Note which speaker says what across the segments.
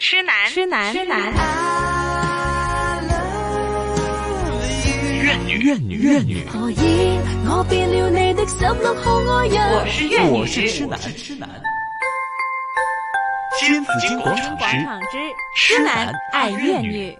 Speaker 1: 痴男，
Speaker 2: 痴男，
Speaker 1: 痴男，
Speaker 3: 怨女，
Speaker 4: 怨女，怨女，
Speaker 5: 何以我變了你的十六號愛
Speaker 1: 我
Speaker 5: 人？
Speaker 1: 是怨
Speaker 4: 我是
Speaker 1: 女，
Speaker 4: 痴男，
Speaker 3: 痴男，
Speaker 4: 新紫金广场
Speaker 2: 广
Speaker 4: 之
Speaker 2: 场之
Speaker 4: 痴
Speaker 2: 男
Speaker 4: 男
Speaker 2: 爱
Speaker 4: 爱
Speaker 2: 怨
Speaker 4: 怨
Speaker 2: 女
Speaker 4: 女。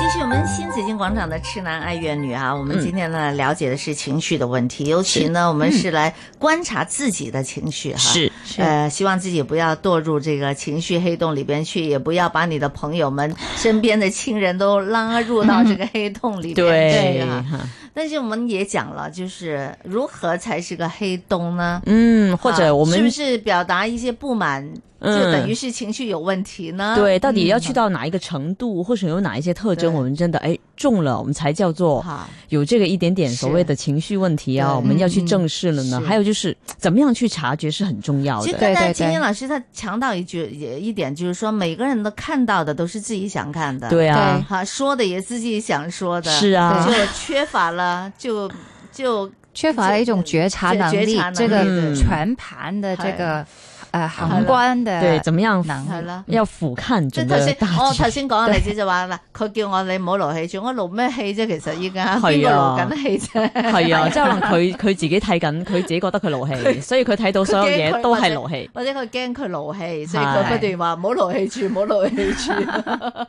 Speaker 6: 继续我们新紫金广场的痴男爱怨女啊，我们今天呢了解的是情绪的问题，
Speaker 3: 嗯
Speaker 6: 尤其呢我们是来观察自己的情绪哈。。
Speaker 3: 是
Speaker 6: 呃，希望自己不要堕入这个情绪黑洞里边去，也不要把你的朋友 们、身边的亲人都拉入到这个黑洞里 边去
Speaker 3: 对
Speaker 6: 哈。
Speaker 3: 哈
Speaker 6: 但是我们也讲了，就是如何才是个黑洞呢？
Speaker 3: 嗯，或
Speaker 6: 啊
Speaker 3: 者我
Speaker 6: 是
Speaker 3: 们
Speaker 6: 不是表达一些不满，就
Speaker 3: 嗯
Speaker 6: 等于是情绪有问题呢？嗯
Speaker 3: 对到底要去到哪一个程度，或者有哪一些特征，
Speaker 6: 对
Speaker 3: 我们真的哎中了，我们才叫做
Speaker 6: 哈，
Speaker 3: 有这个一点点所谓的情绪问题啊，
Speaker 6: 是
Speaker 3: 我们要去正视了呢。
Speaker 6: 嗯嗯
Speaker 3: 还有就是怎么样去察觉是很重要
Speaker 6: 其实
Speaker 3: 的。
Speaker 6: 刚才
Speaker 2: 对对
Speaker 6: 金
Speaker 2: 对
Speaker 6: 英老师他强调一句也一点，就是说每个人都看到的都是自己想看的，
Speaker 3: 对啊，
Speaker 6: 哈，说的也自己想说的，
Speaker 3: 是啊
Speaker 6: 就缺乏了，就就
Speaker 2: 缺乏了一种觉察能
Speaker 6: 觉
Speaker 2: 力
Speaker 6: 察能，力
Speaker 2: 这个
Speaker 3: 嗯
Speaker 2: 全盘的这个呃
Speaker 6: 好
Speaker 2: 宏
Speaker 6: 了
Speaker 2: 观的
Speaker 3: 对， 怎么样
Speaker 2: 能
Speaker 6: 系
Speaker 2: 力。
Speaker 6: 啦。
Speaker 3: 要俯瞰
Speaker 6: 即
Speaker 3: 整
Speaker 6: 係頭
Speaker 3: 个
Speaker 6: 先，
Speaker 3: 大
Speaker 6: 我
Speaker 3: 局
Speaker 6: 頭？哦先講嘅例子就話嗱，佢叫我你唔好勞氣住，我勞咩氣啫？其實依家
Speaker 3: 係啊
Speaker 6: 邊個勞緊氣啫？
Speaker 3: 系啊，即系可能佢佢自己睇紧，佢自己觉得佢勞氣，所以佢睇到所有
Speaker 6: 佢驚
Speaker 3: 嘢
Speaker 6: 佢
Speaker 3: 都係
Speaker 6: 或者
Speaker 3: 勞氣。
Speaker 6: 或者佢驚佢勞氣，所以佢不斷話唔好勞氣住，唔好勞氣住。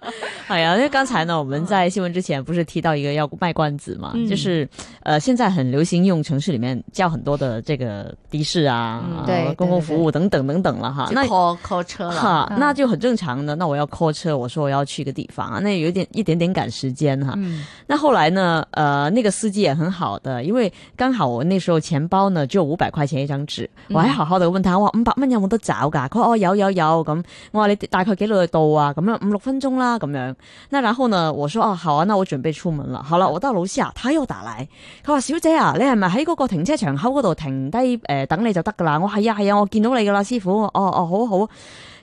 Speaker 3: 哎呀，因为刚才呢，我
Speaker 2: 嗯
Speaker 3: 们在新闻之前不是提到一个要卖关子嘛，
Speaker 6: 嗯
Speaker 3: 就是呃，现在很流行用城市里面叫很多的这个的士啊，
Speaker 6: 嗯
Speaker 3: 呃
Speaker 2: 对
Speaker 3: 公共
Speaker 2: 对对
Speaker 3: 服务等等等等了哈。那
Speaker 6: call call 車啦，
Speaker 3: 哈，
Speaker 2: 嗯
Speaker 3: 那就很正常的。那我要 call 车，我说我要去一个地方啊，那有一点一点点赶时间哈。
Speaker 2: 嗯，
Speaker 3: 那后来呢，呃，那个司机也很好的，因为刚好我那时候钱包呢只有五百块钱一张纸，
Speaker 2: 嗯
Speaker 3: 我喺好好度問他，我話五百蚊有冇得找㗎？佢話哦有有有咁，我話你大概幾耐到啊？咁樣五六分鐘啦咁樣。那然後呢，我說哦好啊，那我準備出門啦。好
Speaker 2: 嗯
Speaker 3: 啦，我到樓下，他又打嚟，佢話小姐啊，你係咪喺嗰個停車場口嗰度停低誒、呃等你就得㗎啦？我係啊係啊，我見到你㗎啦，師傅。哦哦，好啊好啊。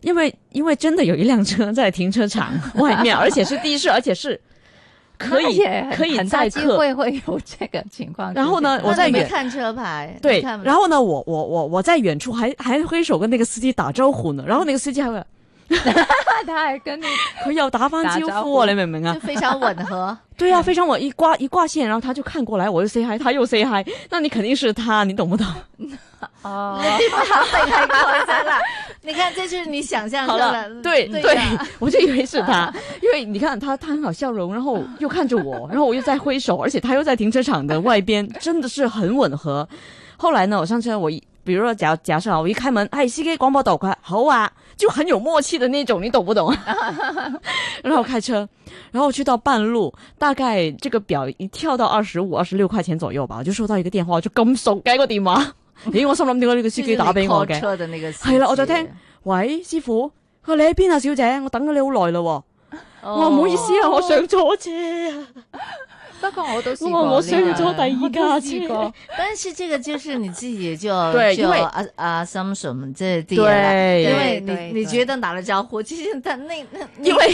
Speaker 3: 因为因为真的有一辆车在停车 场外面，而且是的士，而且是可
Speaker 2: 那
Speaker 3: 以
Speaker 2: 也
Speaker 3: 可以
Speaker 2: 很大
Speaker 3: 载
Speaker 2: 机
Speaker 3: 客。
Speaker 2: 会会有这个情况出现。
Speaker 3: 然后呢，我
Speaker 6: 在
Speaker 3: 在
Speaker 6: 没
Speaker 3: 远
Speaker 6: 看車牌，
Speaker 3: 对
Speaker 6: 你看，
Speaker 3: 然后呢，我我我我在远处还还挥手跟那个司机打招呼呢，然后那个司机还会
Speaker 2: 那他还跟 你
Speaker 3: 佢又打翻
Speaker 2: 打
Speaker 3: 招
Speaker 2: 招
Speaker 3: 呼
Speaker 2: 呼
Speaker 3: 啊，你明唔明啊
Speaker 6: 就？非常吻合。
Speaker 3: 对啊，非常我一挂一挂线，然后他就看过来，我又 say hi，他又 say hi，那你肯定是他，你懂不懂？
Speaker 2: 哦，
Speaker 6: 太夸张了！你看，这就是你想象中
Speaker 3: 好
Speaker 6: 的
Speaker 3: 了，，嗯对
Speaker 6: 对
Speaker 3: 对
Speaker 6: 呀，
Speaker 3: 我就以为是 他，因为你看他他很好笑容，然后又看着我，然后我又在挥手，而且他又在停车场的外边，真的是很吻合。 后来呢，我上车，我一比如说假假设啊，我一开门，哎，司机广播抖快，好啊，就很有默契的那种，你懂不懂？ 然后我开车，然后去到半路，大概这个表一跳到二十五、二十六块钱左右吧，我就收到一個電話，我就咁熟嘅個電話，咦，我心諗點解呢個司機打俾我
Speaker 6: 就是你 call？
Speaker 3: 嘅
Speaker 6: 車的那個司機
Speaker 3: 係啦，我就聽，喂，師傅，佢話你喺邊啊，小姐，我等咗你好耐啦喎。
Speaker 6: 哦
Speaker 3: 我話唔好意思啊，我上錯車啊，
Speaker 2: 不过我都试
Speaker 3: 我
Speaker 2: 过
Speaker 3: 話
Speaker 2: 呢
Speaker 3: 我
Speaker 2: 個，
Speaker 3: 上咗
Speaker 2: 我
Speaker 3: 第二
Speaker 2: 都
Speaker 3: 架
Speaker 2: 試
Speaker 3: 車
Speaker 2: 過。
Speaker 6: 但是这个就是你自己就
Speaker 3: 对
Speaker 6: 就
Speaker 3: 因为
Speaker 6: 啊啊 assumption 这第一
Speaker 3: 对
Speaker 6: 因为
Speaker 2: 对对
Speaker 6: 你你
Speaker 2: 对
Speaker 6: 觉得打了招呼，其实他那那
Speaker 3: 因为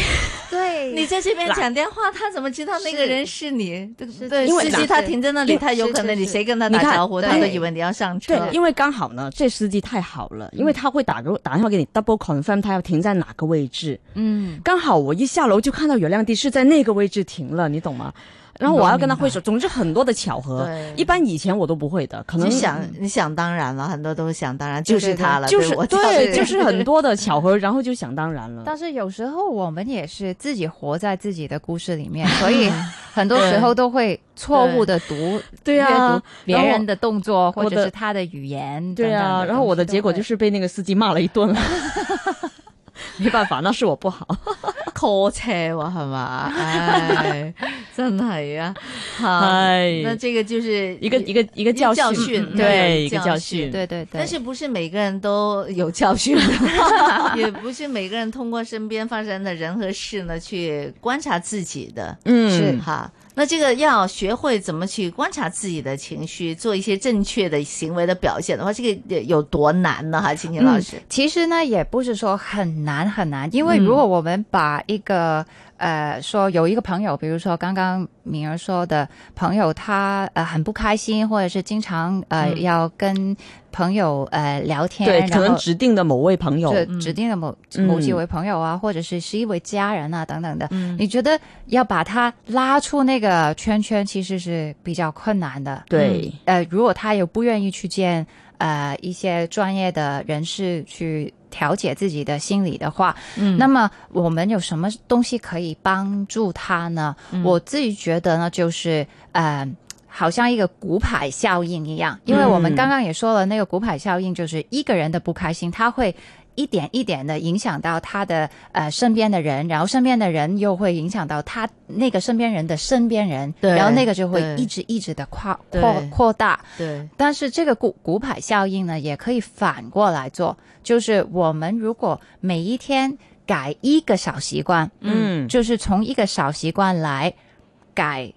Speaker 2: 对，
Speaker 6: 你你在这边讲电话，他怎么知道那个人是你？对对，
Speaker 3: 因为
Speaker 6: 司机
Speaker 3: 是
Speaker 6: 他停在那里，他有可能你谁跟他打
Speaker 3: 你看
Speaker 6: 招呼，他都
Speaker 3: 对
Speaker 6: 以为你要上车
Speaker 3: 对。，因为刚好呢，这司机太好了，因为他会打个打电话给你 double confirm 他要停在哪个位置。
Speaker 2: 嗯，
Speaker 3: 刚好我一下楼就看到有辆的士在那个位置停了，你懂吗？然后我要跟他挥手，总之很多的巧合
Speaker 6: 对。
Speaker 3: 一般以前我都不会的，可能
Speaker 6: 就想你想当然了，很多都是想当然，就是
Speaker 2: 对对
Speaker 6: 他了，
Speaker 3: 就是
Speaker 6: 我
Speaker 3: 对，就是很多的巧合，然后就想当然了。
Speaker 2: 但是有时候我们也是自己活在自己的故事里 面，所以很多时候都会错误的读
Speaker 3: 对
Speaker 2: 阅
Speaker 3: 啊
Speaker 2: 读，别
Speaker 3: 然后
Speaker 2: 人的动作或
Speaker 3: 我
Speaker 2: 者
Speaker 3: 的
Speaker 2: 是他的语言。
Speaker 3: 对
Speaker 2: 等等
Speaker 3: 啊，
Speaker 2: 的
Speaker 3: 然后我的
Speaker 2: 东西
Speaker 3: 结
Speaker 2: 都
Speaker 3: 果
Speaker 2: 会
Speaker 3: 就是被那个司机骂了一 顿了。 没办法，那是我不好。
Speaker 6: call 车喎，系嘛？唉，真 系啊，好，
Speaker 3: 哎，
Speaker 6: 那这个就是
Speaker 3: 一个一个一个教
Speaker 6: 教
Speaker 3: 训
Speaker 6: 训，
Speaker 3: 嗯对，
Speaker 6: 一
Speaker 3: 一
Speaker 6: 个
Speaker 3: 个
Speaker 6: 教
Speaker 3: 教
Speaker 6: 训
Speaker 3: 训，
Speaker 2: 对对对，
Speaker 6: 但是不是每个人都有教训啊的， 也不是每个人通过身边发生的人和事呢去观察自己的，
Speaker 3: 嗯，
Speaker 2: 是
Speaker 6: 哈。那这个要学会怎么去观察自己的情绪，做一些正确的行为的表现的话，这个有多难呢？哈，青青老师，
Speaker 3: 嗯
Speaker 2: 其实呢，也不是说很难很难，因为如果我们把一个、呃说有一个朋友，比如说刚刚敏儿说的朋友，他呃很不开心，或者是经常呃、
Speaker 3: 嗯
Speaker 2: 要跟朋友呃聊天，
Speaker 3: 对，
Speaker 2: 然
Speaker 3: 可能嗯
Speaker 2: 后
Speaker 3: 指定的某位朋友，
Speaker 2: 就指定的某、某几
Speaker 3: 嗯
Speaker 2: 位朋友啊，或者是是一位家人啊等等的，
Speaker 3: 嗯
Speaker 2: 你觉得要把他拉出那个圈圈，其实是比较困难的。
Speaker 3: 对，
Speaker 2: 呃，如果他有不愿意去见呃一些专业的人士去调节自己的心理的话，
Speaker 3: 嗯
Speaker 2: 那么我们有什么东西可以帮助他呢？我自己觉得呢，就是呃。好像一个骨牌效应一样，因为我们
Speaker 3: 嗯
Speaker 2: 刚刚也说了，那个骨牌效应就是一个人的不开心，他会一点一点的影响到他的呃身边的人，然后身边的人又会影响到他那个身边人的身边人，
Speaker 6: 对
Speaker 2: 然后那个就会
Speaker 6: 对
Speaker 2: 一直一直的扩
Speaker 6: 对
Speaker 2: 扩扩大。
Speaker 6: 对，
Speaker 2: 但是这个骨骨牌效应呢，也可以反过来做，就是我们如果每一天改一个小习惯，
Speaker 3: 嗯
Speaker 2: 就是从一个小习惯来改。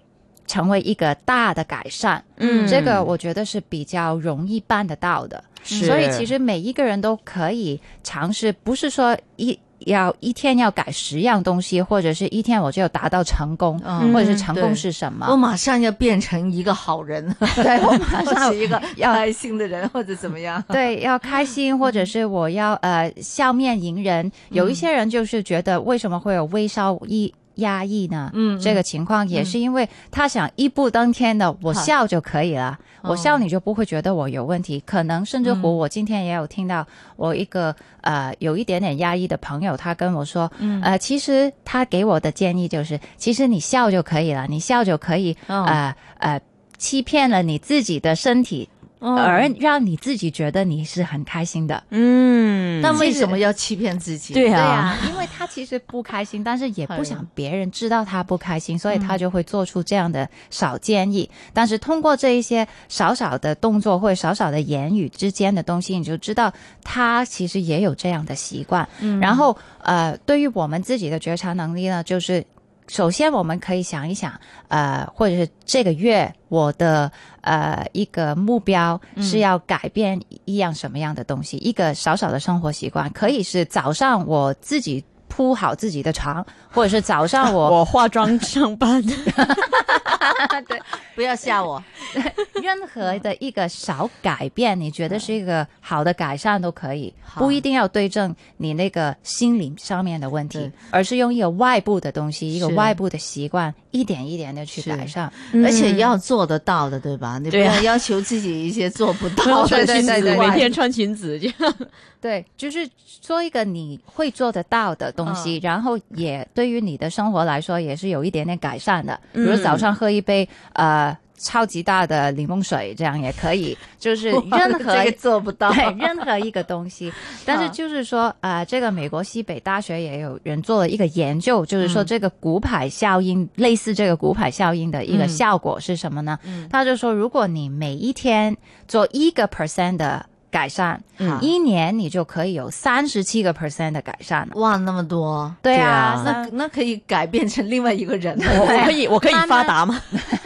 Speaker 2: 成为一个大的改善，
Speaker 3: 嗯
Speaker 2: 这个我觉得是比较容易办得到的。
Speaker 3: 是
Speaker 2: 所以其实每一个人都可以尝试，不是说一要一天要改十样东西，或者是一天我就有达到成功，
Speaker 6: 嗯
Speaker 2: 或者是成
Speaker 6: 对
Speaker 2: 功是什么？
Speaker 6: 我马上要变成一个好 人，
Speaker 2: 对我马
Speaker 6: 我
Speaker 2: 上
Speaker 6: 是一个有
Speaker 2: 要
Speaker 6: 爱心的人，或者怎么样？
Speaker 2: 对，要开心，或者是我要呃笑面迎
Speaker 6: 嗯
Speaker 2: 人。有一些人就是觉得为什么会有微笑抑压抑呢？
Speaker 6: 嗯
Speaker 2: 这个情况也是因为他想一步登天的，我
Speaker 6: 好
Speaker 2: 笑就可以了，
Speaker 6: 哦
Speaker 2: 我笑你就不会觉得我有问题。可能甚至
Speaker 6: 嗯
Speaker 2: 乎，我今天也有听到我一个呃有一点点压抑的朋友，他跟我说，
Speaker 6: 嗯
Speaker 2: 呃，其实他给我的建议就是，其实你笑就可以了，你笑就可以，
Speaker 6: 嗯
Speaker 2: 呃呃，欺骗了你自己的身体，
Speaker 6: 嗯
Speaker 2: 而让你自己觉得你是很开心的。
Speaker 3: 嗯，
Speaker 6: 那为
Speaker 2: 其实
Speaker 6: 什么要欺骗自己？
Speaker 3: 对
Speaker 2: 对
Speaker 3: 啊，
Speaker 2: 啊，因为他其实不开心，但是也
Speaker 6: 哎呀
Speaker 2: 不想别人知道他不开心，所
Speaker 3: 嗯
Speaker 2: 以他就会做出这样的小建议。但是通过这一些少少的动作或者少少的言语之间的东西，你就知道他其实也有这样的习惯。然后呃，对于我们自己的觉察能力呢，就是。首先，我们可以想一想，呃，或者是这个月我的呃一个目标是要改变一样什么样的东西，一个小小的生活习惯，可以是早上我自己铺好自己的床，或者是早上 我
Speaker 3: 我化妆上 班，
Speaker 6: 不要吓我。
Speaker 2: 任何的一个小改变，你觉得是一个好的改善都可以，
Speaker 6: 好
Speaker 2: 不一定要对症你那个心理上面的问题
Speaker 6: 对，
Speaker 2: 而是用一个外部的东西，一个
Speaker 6: 是
Speaker 2: 外部的习惯，一点一点的去改善。
Speaker 6: 而且要做得到的，对吧？你不
Speaker 3: 对啊
Speaker 6: 要要求自己一些做不
Speaker 3: 不要
Speaker 2: 哦
Speaker 6: 到
Speaker 3: 穿
Speaker 6: 的
Speaker 3: 裙
Speaker 6: 习
Speaker 3: 子，
Speaker 6: 惯。
Speaker 3: 每天穿裙子这样。
Speaker 2: 对，就是做一个你会做得到的东
Speaker 6: 嗯
Speaker 2: 西，然后也对于你的生活来说也是有一点点改善的。比如
Speaker 3: 嗯
Speaker 2: 早上喝一杯、呃超级大的柠檬水，这样也可以。就是
Speaker 6: 哇
Speaker 2: 任何
Speaker 6: 这个做不到，
Speaker 2: 对任何一个 东西，但是就是说，呃，这个美国西北大学也有人做了一个研究，就是
Speaker 6: 嗯
Speaker 2: 说这个骨牌效应，类似这个骨牌效应的
Speaker 6: 嗯
Speaker 2: 一个效果是什么呢？他就说，如果你每一天做一个 percent 的改善，
Speaker 6: 嗯
Speaker 2: 一年你就可以有三十七个 percent 的改善了。
Speaker 6: 哇，那么多，
Speaker 2: 对
Speaker 3: 啊
Speaker 2: 啊，
Speaker 6: 那
Speaker 2: 那
Speaker 6: 那可以改变成另外一个 人
Speaker 3: 我
Speaker 6: 了。
Speaker 3: 我可以我可以
Speaker 2: 慢慢
Speaker 3: 发达吗？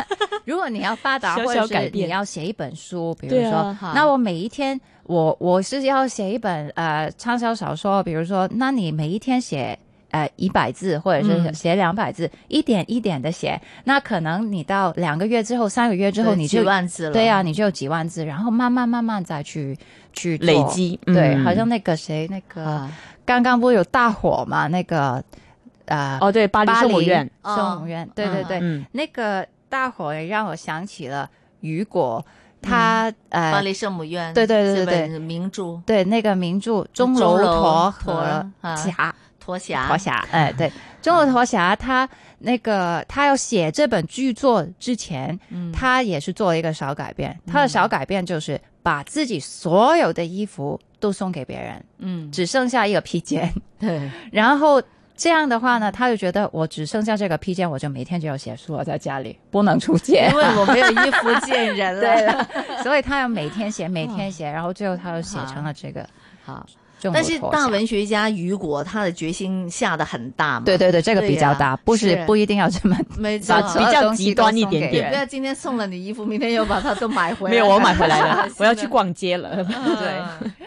Speaker 2: 如果你要发达，
Speaker 3: 小
Speaker 2: 或
Speaker 3: 小
Speaker 2: 者
Speaker 3: 改
Speaker 2: 是
Speaker 3: 变
Speaker 2: 你要写一本书，比如
Speaker 3: 对啊
Speaker 2: 说，
Speaker 6: 哈
Speaker 2: 那我每一天，我我是要写一本呃畅销小说，比如说，那你每一天写。呃，一百字或者是
Speaker 6: 嗯
Speaker 2: 写两百字，一点一点的写，那可能你到两个月之后、三个月之后，
Speaker 6: 对
Speaker 2: 你
Speaker 6: 几
Speaker 2: 就
Speaker 6: 万字了，
Speaker 2: 对呀、啊你就有几万字，然后慢慢慢慢再去去做
Speaker 3: 累。积，
Speaker 2: 对，
Speaker 3: 嗯
Speaker 2: 好像那个谁，那个
Speaker 6: 啊，
Speaker 2: 刚刚不是有大火嘛？那个呃，
Speaker 3: 哦，对，巴黎
Speaker 2: 巴
Speaker 3: 圣母
Speaker 2: 黎
Speaker 3: 院，
Speaker 6: 哦
Speaker 2: 圣母院，对对
Speaker 6: 嗯
Speaker 2: 对，
Speaker 3: 嗯，
Speaker 2: 那个大火也让我想起了雨果，他、
Speaker 6: 巴
Speaker 2: 呃，
Speaker 6: 黎圣母院，
Speaker 2: 对对对对
Speaker 6: 这本名著。
Speaker 2: 对那个名著《钟
Speaker 6: 钟
Speaker 2: 楼
Speaker 6: 楼
Speaker 2: 驼
Speaker 6: 驼
Speaker 2: 和
Speaker 6: 啊
Speaker 2: 侠
Speaker 6: 脱霞，
Speaker 2: 驼侠》，哎，对，《钟楼驼侠》他那个他要写这本巨作之前，
Speaker 6: 嗯，
Speaker 2: 他也是做了一个小改变，他的小改变就是把自己所有的衣服都送给别人，
Speaker 6: 嗯，
Speaker 2: 只剩下一个披肩，
Speaker 6: 对，
Speaker 2: 然后。这样的话呢，他就觉得我只剩下这个披肩，我就每天就要写书了，在家里不能出街，
Speaker 6: 因为我没有衣服见 人了。
Speaker 2: 对了，所以他要每天写，每天写，然后最后他就写成了这个。
Speaker 6: 好，
Speaker 2: 就
Speaker 6: 但是
Speaker 2: 没脱
Speaker 6: 大
Speaker 2: 下
Speaker 6: 文学家雨果他的决心下的很大嘛，
Speaker 2: 对对对，这个比较大，
Speaker 6: 对呀
Speaker 2: 不是
Speaker 6: 是
Speaker 2: 不一定要这么
Speaker 6: 没错
Speaker 2: 把，
Speaker 3: 比较
Speaker 2: 所有东西都
Speaker 3: 极端一
Speaker 2: 送给
Speaker 3: 点点
Speaker 6: 也
Speaker 2: 人
Speaker 6: 不要今天送了你衣服，明天又把它都买回来。，
Speaker 3: 没有，我买回来了 我要去逛街 了。
Speaker 6: 对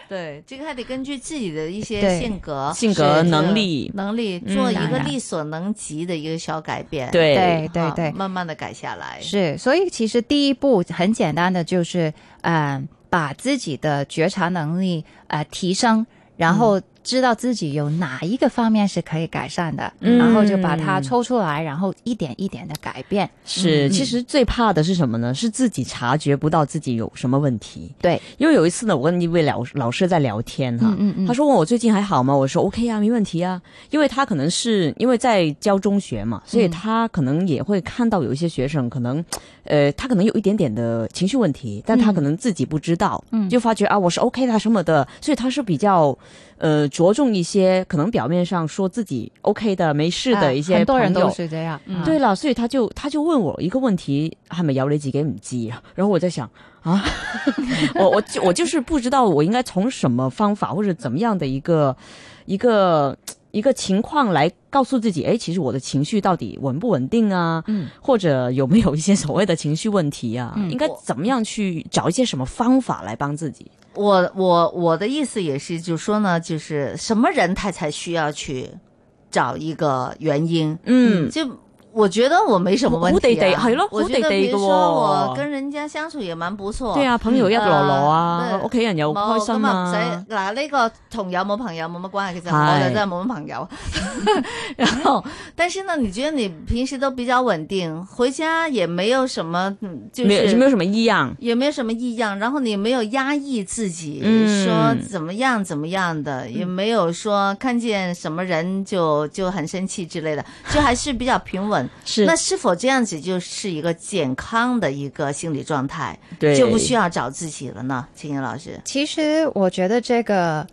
Speaker 6: 对，这个还得根据自己的一些
Speaker 2: 对
Speaker 6: 性格、
Speaker 3: 性格
Speaker 6: 是
Speaker 3: 能力
Speaker 6: 能力
Speaker 3: 嗯
Speaker 6: 做一
Speaker 2: 当
Speaker 6: 个
Speaker 2: 然
Speaker 6: 力所能及的一个小改变。
Speaker 2: 对
Speaker 3: 对，
Speaker 2: 对
Speaker 6: 哈
Speaker 2: 对
Speaker 6: 慢慢的改下来。
Speaker 2: 是，所以其实第一步很简单的就是，嗯、把自己的觉察能力呃提升，然后知道自己有哪一个方面是可以改善的，
Speaker 3: 嗯
Speaker 2: 然后就把它抽出来，然后一点一点的改变。
Speaker 3: 是。
Speaker 2: 嗯
Speaker 3: 其实最怕的是什么呢？是自己察觉不到自己有什么问题。
Speaker 2: 对，
Speaker 3: 因为有一次呢，我跟一位老老师在聊天哈，
Speaker 2: 嗯嗯嗯
Speaker 3: 他说问我最近还好吗？我说 OK 啊，没问题啊。因为他可能是因为在教中学
Speaker 2: 嗯
Speaker 3: 嘛，所以他可能也会看到有一些学生可能，呃，他可能有一点点的情绪问题，但他可能自己不知道，
Speaker 2: 嗯
Speaker 3: 就发觉啊我是 OK 的啊什么的，所以他是比较呃着重一些可能表面上说自己 OK 的没事
Speaker 2: 啊
Speaker 3: 的一些、朋
Speaker 2: 很多人
Speaker 3: 友
Speaker 2: 都是这样，
Speaker 6: 啊
Speaker 2: 嗯
Speaker 3: 对啦，所以他就他就问我一个问题，系咪有你自己唔知啊？ 然后我在想啊， 我我就我就是不知道我应该从什么方法或者怎么样的一个一个一个情况来告诉自己，哎，其实我的情绪到底稳不稳定啊？
Speaker 2: 嗯，
Speaker 3: 或者有没有一些所谓的情绪问题啊？
Speaker 2: 嗯
Speaker 3: 应该怎么样去找一些什么方法来帮自己？
Speaker 6: 我我我的意思也是，就说呢，就是什么人他才需要去找一个原因？
Speaker 3: 嗯
Speaker 6: 就我觉得我没什么问题、啊，
Speaker 3: 好地地係咯
Speaker 6: 我覺得
Speaker 3: 好地地
Speaker 6: 比如
Speaker 3: 嘅喎
Speaker 6: 说我跟人家相處也蠻不錯。
Speaker 3: 对啊，朋友一落落啊
Speaker 6: 嗯，
Speaker 3: 屋企人又
Speaker 6: 冇，
Speaker 3: 開
Speaker 6: 咁
Speaker 3: 心
Speaker 6: 啊唔
Speaker 3: 啊，
Speaker 6: 使嗱呢個同有冇朋友冇乜關係，其實
Speaker 3: 係
Speaker 6: 我就真係冇乜朋 友。然後，但是呢，你覺得你平時都比較穩定，回家也沒有什麼，嗯就
Speaker 3: 没有没
Speaker 6: 是
Speaker 3: 有什么异样。
Speaker 6: 也没有什么异样，然後你沒有壓抑自己，
Speaker 3: 嗯
Speaker 6: 說怎麼樣怎麼樣的，也沒有說看見什麼人就就很生氣之類的，就還是比較平穩。
Speaker 3: 是
Speaker 6: 那是否这样子就是一个健康的一个心理状态，
Speaker 3: 对
Speaker 6: 就不需要找自己了呢？青青老师，
Speaker 2: 其实我觉得这个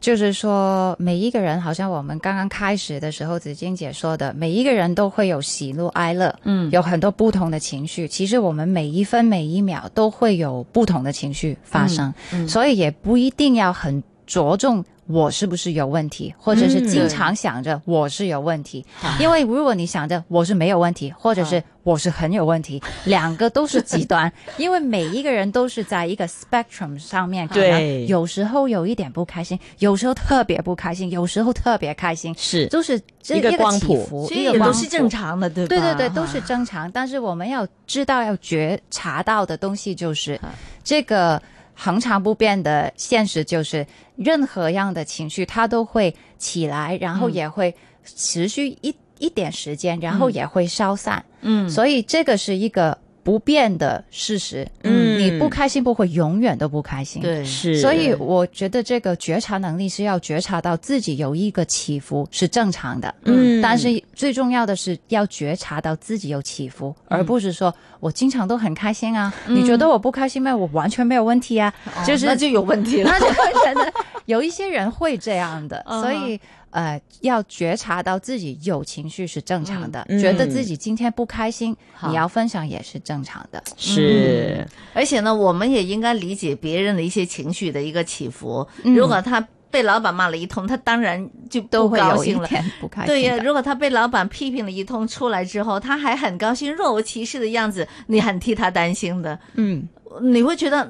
Speaker 2: 就是说，每一个人，好像我们刚刚开始的时候，子金姐说的，每一个人都会有喜怒哀乐，
Speaker 6: 嗯，
Speaker 2: 有很多不同的情绪。其实我们每一分每一秒都会有不同的情绪发生，
Speaker 6: 嗯
Speaker 2: 所以也不一定要很着重。我是不是有问题，或者是
Speaker 3: 嗯
Speaker 2: 经常想着我是有问题？因为如果你想着我是没有问题，或者是我是很有问题，两个都是极端。因为每一个人都是在一个 spectrum 上面，可
Speaker 3: 对
Speaker 2: 能有时候有一点不开心，有时候特别不开心，有时候特别开心，
Speaker 3: 是
Speaker 2: 就是这
Speaker 3: 一个光
Speaker 2: 起
Speaker 3: 谱
Speaker 2: 伏，
Speaker 6: 所
Speaker 2: 一
Speaker 6: 以
Speaker 2: 个
Speaker 6: 也都
Speaker 2: 光谱
Speaker 6: 是正常的，对吧？
Speaker 2: 对对对，都是正常。但是我们要知道、要觉察到的东西就是
Speaker 6: 啊，
Speaker 2: 这个恒常不变的现实就是，任何样的情绪它都会起来，然后
Speaker 6: 嗯
Speaker 2: 也会持续一一点时间，然后
Speaker 6: 嗯
Speaker 2: 也会消散。
Speaker 6: 嗯，
Speaker 2: 所以这个是一个不变的事实。
Speaker 3: 嗯
Speaker 2: 你不开心不会永远都不开心。。
Speaker 6: 对，
Speaker 3: 是，
Speaker 2: 所以我觉得这个觉察能力是要觉察到自己有一个起伏是正常的，
Speaker 3: 嗯
Speaker 2: 但是最重要的是要觉察到自己有起伏，而不是说我经常都很开心啊，你觉得我不开心吗？我完全没有问题啊，
Speaker 6: 嗯哦
Speaker 2: 就是
Speaker 6: 那就有问题了。
Speaker 2: 那就会觉得有一些人会这 样的，
Speaker 6: 嗯哼
Speaker 2: 所以呃，要觉察到自己有情绪是正常的，
Speaker 3: 嗯
Speaker 2: 觉得自己今天不开心，
Speaker 6: 好
Speaker 2: 你要分享也是正常的。
Speaker 3: 是。
Speaker 6: 而且呢，我们也应该理解别人的一些情绪的一个起伏。
Speaker 2: 嗯
Speaker 6: 如果他被老板骂了一通，他当然就
Speaker 2: 都
Speaker 6: 不
Speaker 2: 会
Speaker 6: 高
Speaker 2: 有一
Speaker 6: 兴了。
Speaker 2: 点不开心的。
Speaker 6: 对呀，如果他被老板批评了一通出来之后，他还很高兴、若无其事的样子，你很替他担心的。
Speaker 2: 嗯，
Speaker 6: 你会觉得，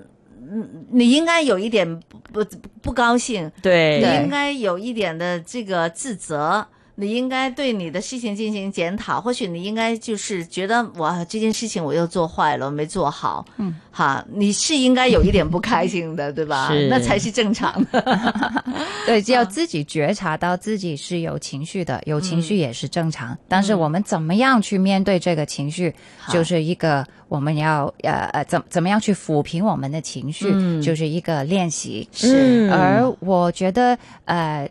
Speaker 6: 嗯，你应该有一点不不不高兴，你
Speaker 3: 对
Speaker 2: 对
Speaker 6: 应该有一点的这个自责，你应该对你的事情进行检讨。或许你应该就是觉得，哇，这件事情我又做坏了，我没做好，
Speaker 2: 嗯，
Speaker 6: 哈，你是应该有一点不开心的，对吧
Speaker 3: 是？
Speaker 6: 那才是正常的。
Speaker 2: 对，就要自己觉察到自己是有情绪的，有情绪也是正常。但是我们怎么样去面对这个情绪，就是一个我们要呃呃怎怎么样去抚平我们的情绪，
Speaker 6: 嗯
Speaker 2: 就是一个练习。
Speaker 3: 是嗯
Speaker 2: 而我觉得呃。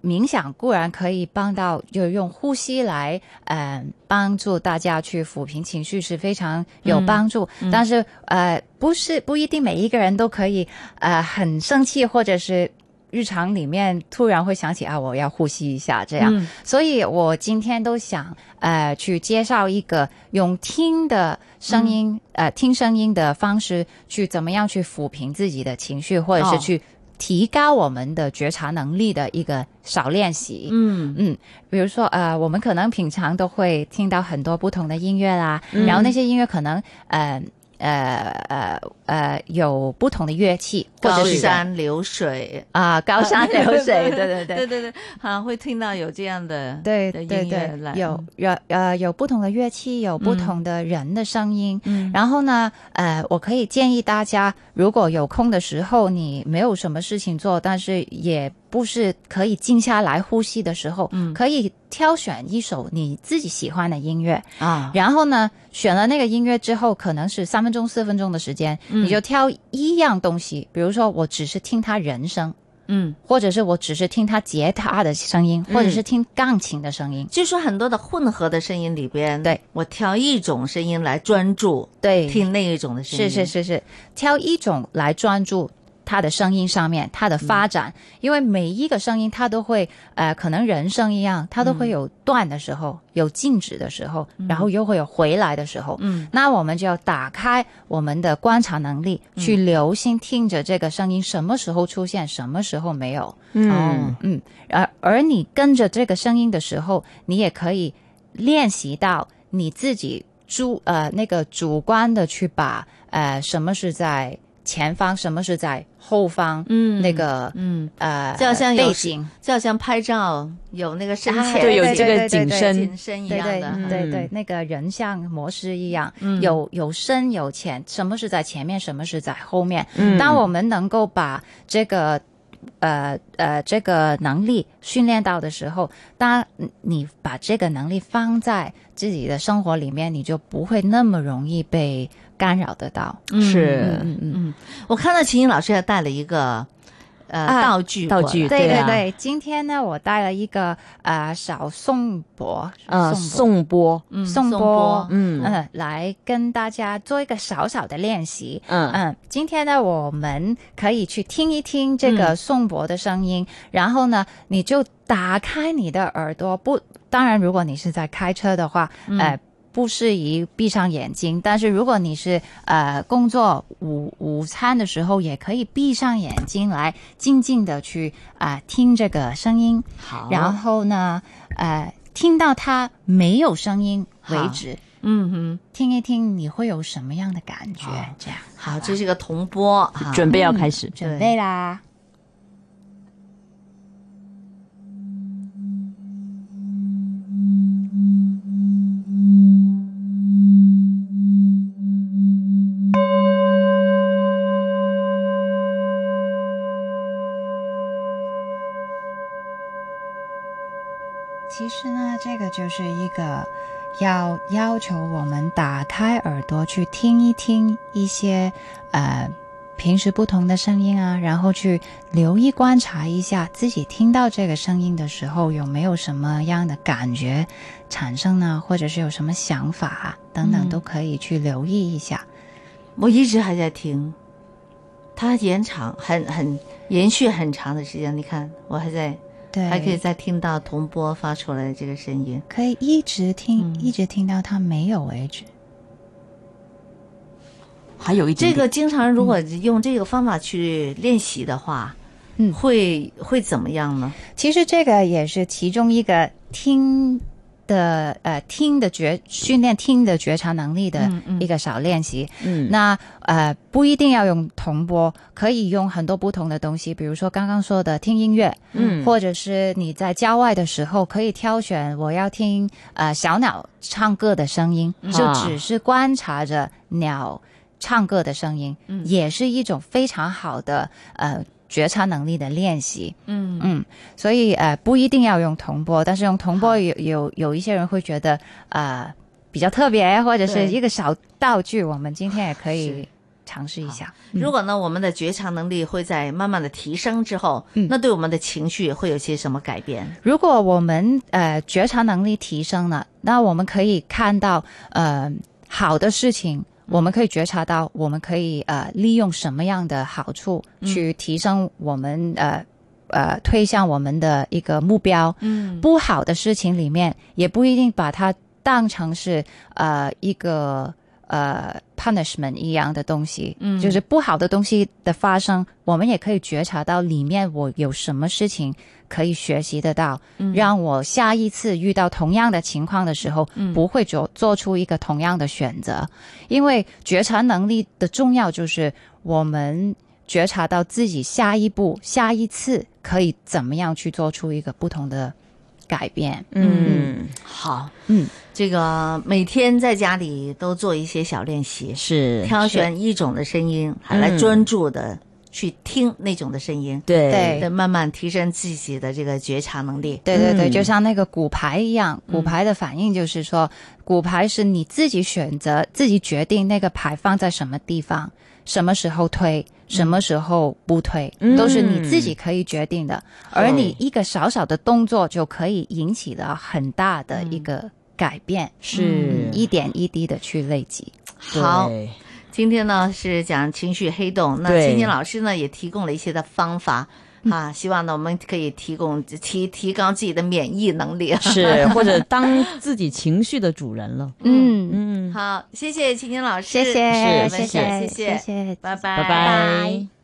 Speaker 2: 冥想固然可以帮到，就是用呼吸来，嗯、帮助大家去抚平情绪是非常有帮助。但是，呃，不是不一定每一个人都可以，呃，很生气或者是日常里面突然会想起啊，我要呼吸一下这样。
Speaker 6: 嗯
Speaker 2: 所以我今天都想呃去介绍一个用听的声
Speaker 6: 嗯
Speaker 2: 音、呃听声音的方式去怎么样去抚平自己的情绪，或者
Speaker 6: 哦
Speaker 2: 是去提高我们的觉察能力的一个小练习。
Speaker 6: 嗯
Speaker 2: 嗯，比如说呃，我们可能平常都会听到很多不同的音乐啦，
Speaker 3: 嗯
Speaker 2: 然后那些音乐可能呃呃呃呃有不同的乐器，或
Speaker 6: 高
Speaker 2: 者是
Speaker 6: 山流水，
Speaker 2: 啊、高山流 水，对对
Speaker 6: 对
Speaker 2: 对。
Speaker 6: 对对，好像会听到有这样的
Speaker 2: 对
Speaker 6: 的
Speaker 2: 对
Speaker 6: 音乐嗯
Speaker 2: 对
Speaker 6: 来，
Speaker 2: 有有呃有不同的乐器，有不同的人的声音，
Speaker 6: 嗯
Speaker 2: 然后呢，呃，我可以建议大家，如果有空的时候，你没有什么事情做，但是也不是可以静下来呼吸的时候，
Speaker 6: 嗯
Speaker 2: 可以挑选一首你自己喜欢的音乐，
Speaker 6: 啊，
Speaker 2: 然后呢，选了那个音乐之后，可能是三分钟、四分钟的时间，
Speaker 6: 嗯
Speaker 2: 你就挑一样东西，比如说我只是听他人声，
Speaker 6: 嗯，
Speaker 2: 或者是我只是听他吉他的声音，
Speaker 6: 嗯
Speaker 2: 或者是听钢琴的声音，
Speaker 6: 就说很多的混合的声音里边，
Speaker 2: 对
Speaker 6: 我挑一种声音来专注
Speaker 2: 对，
Speaker 6: 听嗯那一种的声音，
Speaker 2: 是是是是，挑一种来专注它的声音上面，它的发展，
Speaker 6: 嗯
Speaker 2: 因为每一个声音它都会，呃，可能人声一样，它都
Speaker 6: 嗯
Speaker 2: 会有断的时候，有静止的时候，然后又会有回来的时候。
Speaker 6: 嗯，
Speaker 2: 那我们就要打开我们的观察能力，
Speaker 6: 嗯
Speaker 2: 去留心听着这个声音什么时候出现，什么时候没有。
Speaker 6: 哦
Speaker 3: 嗯，
Speaker 2: 嗯，而而你跟着这个声音的时候，你也可以练习到你自己主呃那个主观的去把呃什么是在前方，什么是在后方，
Speaker 6: 嗯
Speaker 2: 那个
Speaker 6: 嗯，
Speaker 2: 呃
Speaker 6: 就好像有
Speaker 2: 背
Speaker 6: 时
Speaker 2: 景，
Speaker 6: 就好像拍照有那个深
Speaker 2: 啊
Speaker 6: 浅，
Speaker 3: 对，有
Speaker 2: 对
Speaker 3: 这
Speaker 2: 对
Speaker 3: 个
Speaker 2: 对
Speaker 3: 景
Speaker 2: 对
Speaker 3: 深
Speaker 6: 紧，身一
Speaker 2: 对
Speaker 6: 样
Speaker 2: 对
Speaker 6: 的，
Speaker 3: 嗯
Speaker 2: 对对，那个人像模式一样，
Speaker 6: 嗯
Speaker 2: 有有深有浅，什么是在前面，什么是在后面，
Speaker 3: 嗯
Speaker 2: 当我们能够把这个呃呃这个能力训练到的时候，当你把这个能力放在自己的生活里面，你就不会那么容易被干扰得到。
Speaker 6: 嗯
Speaker 3: 是
Speaker 2: 嗯嗯
Speaker 6: 我看到秦英老师还带了一个呃、
Speaker 2: 啊
Speaker 6: 道具过
Speaker 3: 道
Speaker 6: 来，
Speaker 3: 具
Speaker 2: 对
Speaker 3: 对啊
Speaker 2: 对，今天呢，我带了一个呃小宋博，
Speaker 3: 呃
Speaker 2: 宋
Speaker 3: 送波，
Speaker 6: 嗯
Speaker 2: 宋
Speaker 6: 波，
Speaker 2: 波
Speaker 3: 嗯
Speaker 2: 博嗯来跟大家做一个小小的练习。
Speaker 3: 嗯
Speaker 2: 嗯，今天呢，我们可以去听一听这
Speaker 6: 嗯
Speaker 2: 个宋博的声音，然后呢，你就打开你的耳朵。不，当然，如果你是在开车的话，
Speaker 6: 嗯
Speaker 2: 呃，不适宜闭上眼睛。但是如果你是呃工作午午餐的时候，也可以闭上眼睛来静静的去啊、呃听这个声音，
Speaker 6: 好，
Speaker 2: 然后呢，呃，听到它没有声音为
Speaker 6: 好
Speaker 2: 止。
Speaker 6: 嗯
Speaker 2: 听一听你会有什么样的感觉
Speaker 6: 好？
Speaker 2: 这样。
Speaker 6: 哼，好，这是啊个铜波，哈
Speaker 3: 准备要开始，
Speaker 2: 准备啦。其实呢，这个就是一个要要求我们打开耳朵去听一听一些呃平时不同的声音啊，然后去留意观察一下自己听到这个声音的时候有没有什么样的感觉产生呢，或者是有什么想法啊等等，
Speaker 6: 嗯
Speaker 2: 都可以去留意一下。
Speaker 6: 我一直还在听，它延长很很延续很长的时间，你看我还在
Speaker 2: 对，
Speaker 6: 还可以再听到铜波发出来的这个声音，
Speaker 2: 可以一直听，
Speaker 6: 嗯
Speaker 2: 一直听到它没有为止。
Speaker 3: 还有一
Speaker 6: 这
Speaker 3: 点
Speaker 6: 个经常如果用这个方法去练习的话，
Speaker 2: 嗯
Speaker 6: 会会怎么样呢？
Speaker 2: 其实这个也是其中一个听的呃听的觉训练听的觉察能力的
Speaker 6: 嗯嗯
Speaker 2: 一个小练习。
Speaker 3: 嗯
Speaker 2: 那呃不一定要用铜波，可以用很多不同的东西，比如说刚刚说的听音乐，
Speaker 3: 嗯
Speaker 2: 或者是你在郊外的时候可以挑选我要听呃小鸟唱歌的声音，
Speaker 6: 嗯
Speaker 2: 就
Speaker 3: 啊
Speaker 2: 只是观察着鸟唱歌的声音，
Speaker 6: 嗯
Speaker 2: 也是一种非常好的呃。觉察能力的练习，
Speaker 6: 嗯
Speaker 2: 嗯，所以呃不一定要用铜波，但是用铜波有有有一些人会觉得呃比较特别，或者
Speaker 6: 对
Speaker 2: 是一个小道具，我们今天也可
Speaker 6: 是
Speaker 2: 以尝试一下。
Speaker 6: 如果呢，我们的觉察能力会在慢慢的提升之后，
Speaker 2: 嗯
Speaker 6: 那对我们的情绪会有些什么改变？
Speaker 2: 如果我们呃觉察能力提升了，那我们可以看到呃好的事情，我们可以觉察到，我们可以呃利用什么样的好处去提升我们、呃呃推向我们的一个目标。
Speaker 6: 嗯
Speaker 2: 不好的事情里面，也不一定把它当成是呃一个呃 punishment 一样的东西，嗯，就是不好的东西的发生，我们也可以觉察到里面我有什么事情可以学习得到，让我下一次遇到同样的情况的时候，不会做做出一个同样的选择，因为觉察能力的重要就是我们。觉察到自己下一步、下一次可以怎么样去做出一个不同的改变。
Speaker 3: 嗯，
Speaker 6: 好，
Speaker 2: 嗯，
Speaker 6: 这个每天在家里都做一些小练习，
Speaker 3: 是
Speaker 6: 挑选一种的声音，
Speaker 3: 嗯
Speaker 6: 来专注的去听那种的声音，
Speaker 3: 对
Speaker 2: 对
Speaker 6: 对，慢慢提升自己的这个觉察能力。
Speaker 2: 对对对，
Speaker 3: 嗯
Speaker 2: 就像那个骨牌一样，骨牌的反应就是说，骨牌是你自己选择、自己决定那个牌放在什么地方、什么时候推、什么时候不推，
Speaker 3: 嗯哦
Speaker 2: 都是你自己可以决定的。而你一个小小的动作就可以引起的很大的一个改变，
Speaker 3: 嗯
Speaker 2: 嗯
Speaker 3: 是
Speaker 2: 一点一滴的去累积。
Speaker 6: 好，
Speaker 3: 对
Speaker 6: 今天呢是讲情绪黑洞，那
Speaker 3: 对
Speaker 6: 青青老师呢也提供了一些的方法。啊，希望呢我们可以提供提提高自己的免疫能力。
Speaker 3: 是或者当自己情绪的主人了。
Speaker 2: 嗯
Speaker 3: 嗯，
Speaker 6: 好，谢谢青青老师，
Speaker 2: 谢谢，
Speaker 3: 是
Speaker 2: 谢
Speaker 6: 谢
Speaker 2: 谢，
Speaker 6: 谢谢
Speaker 2: 谢谢，
Speaker 6: 拜拜，
Speaker 3: 拜拜。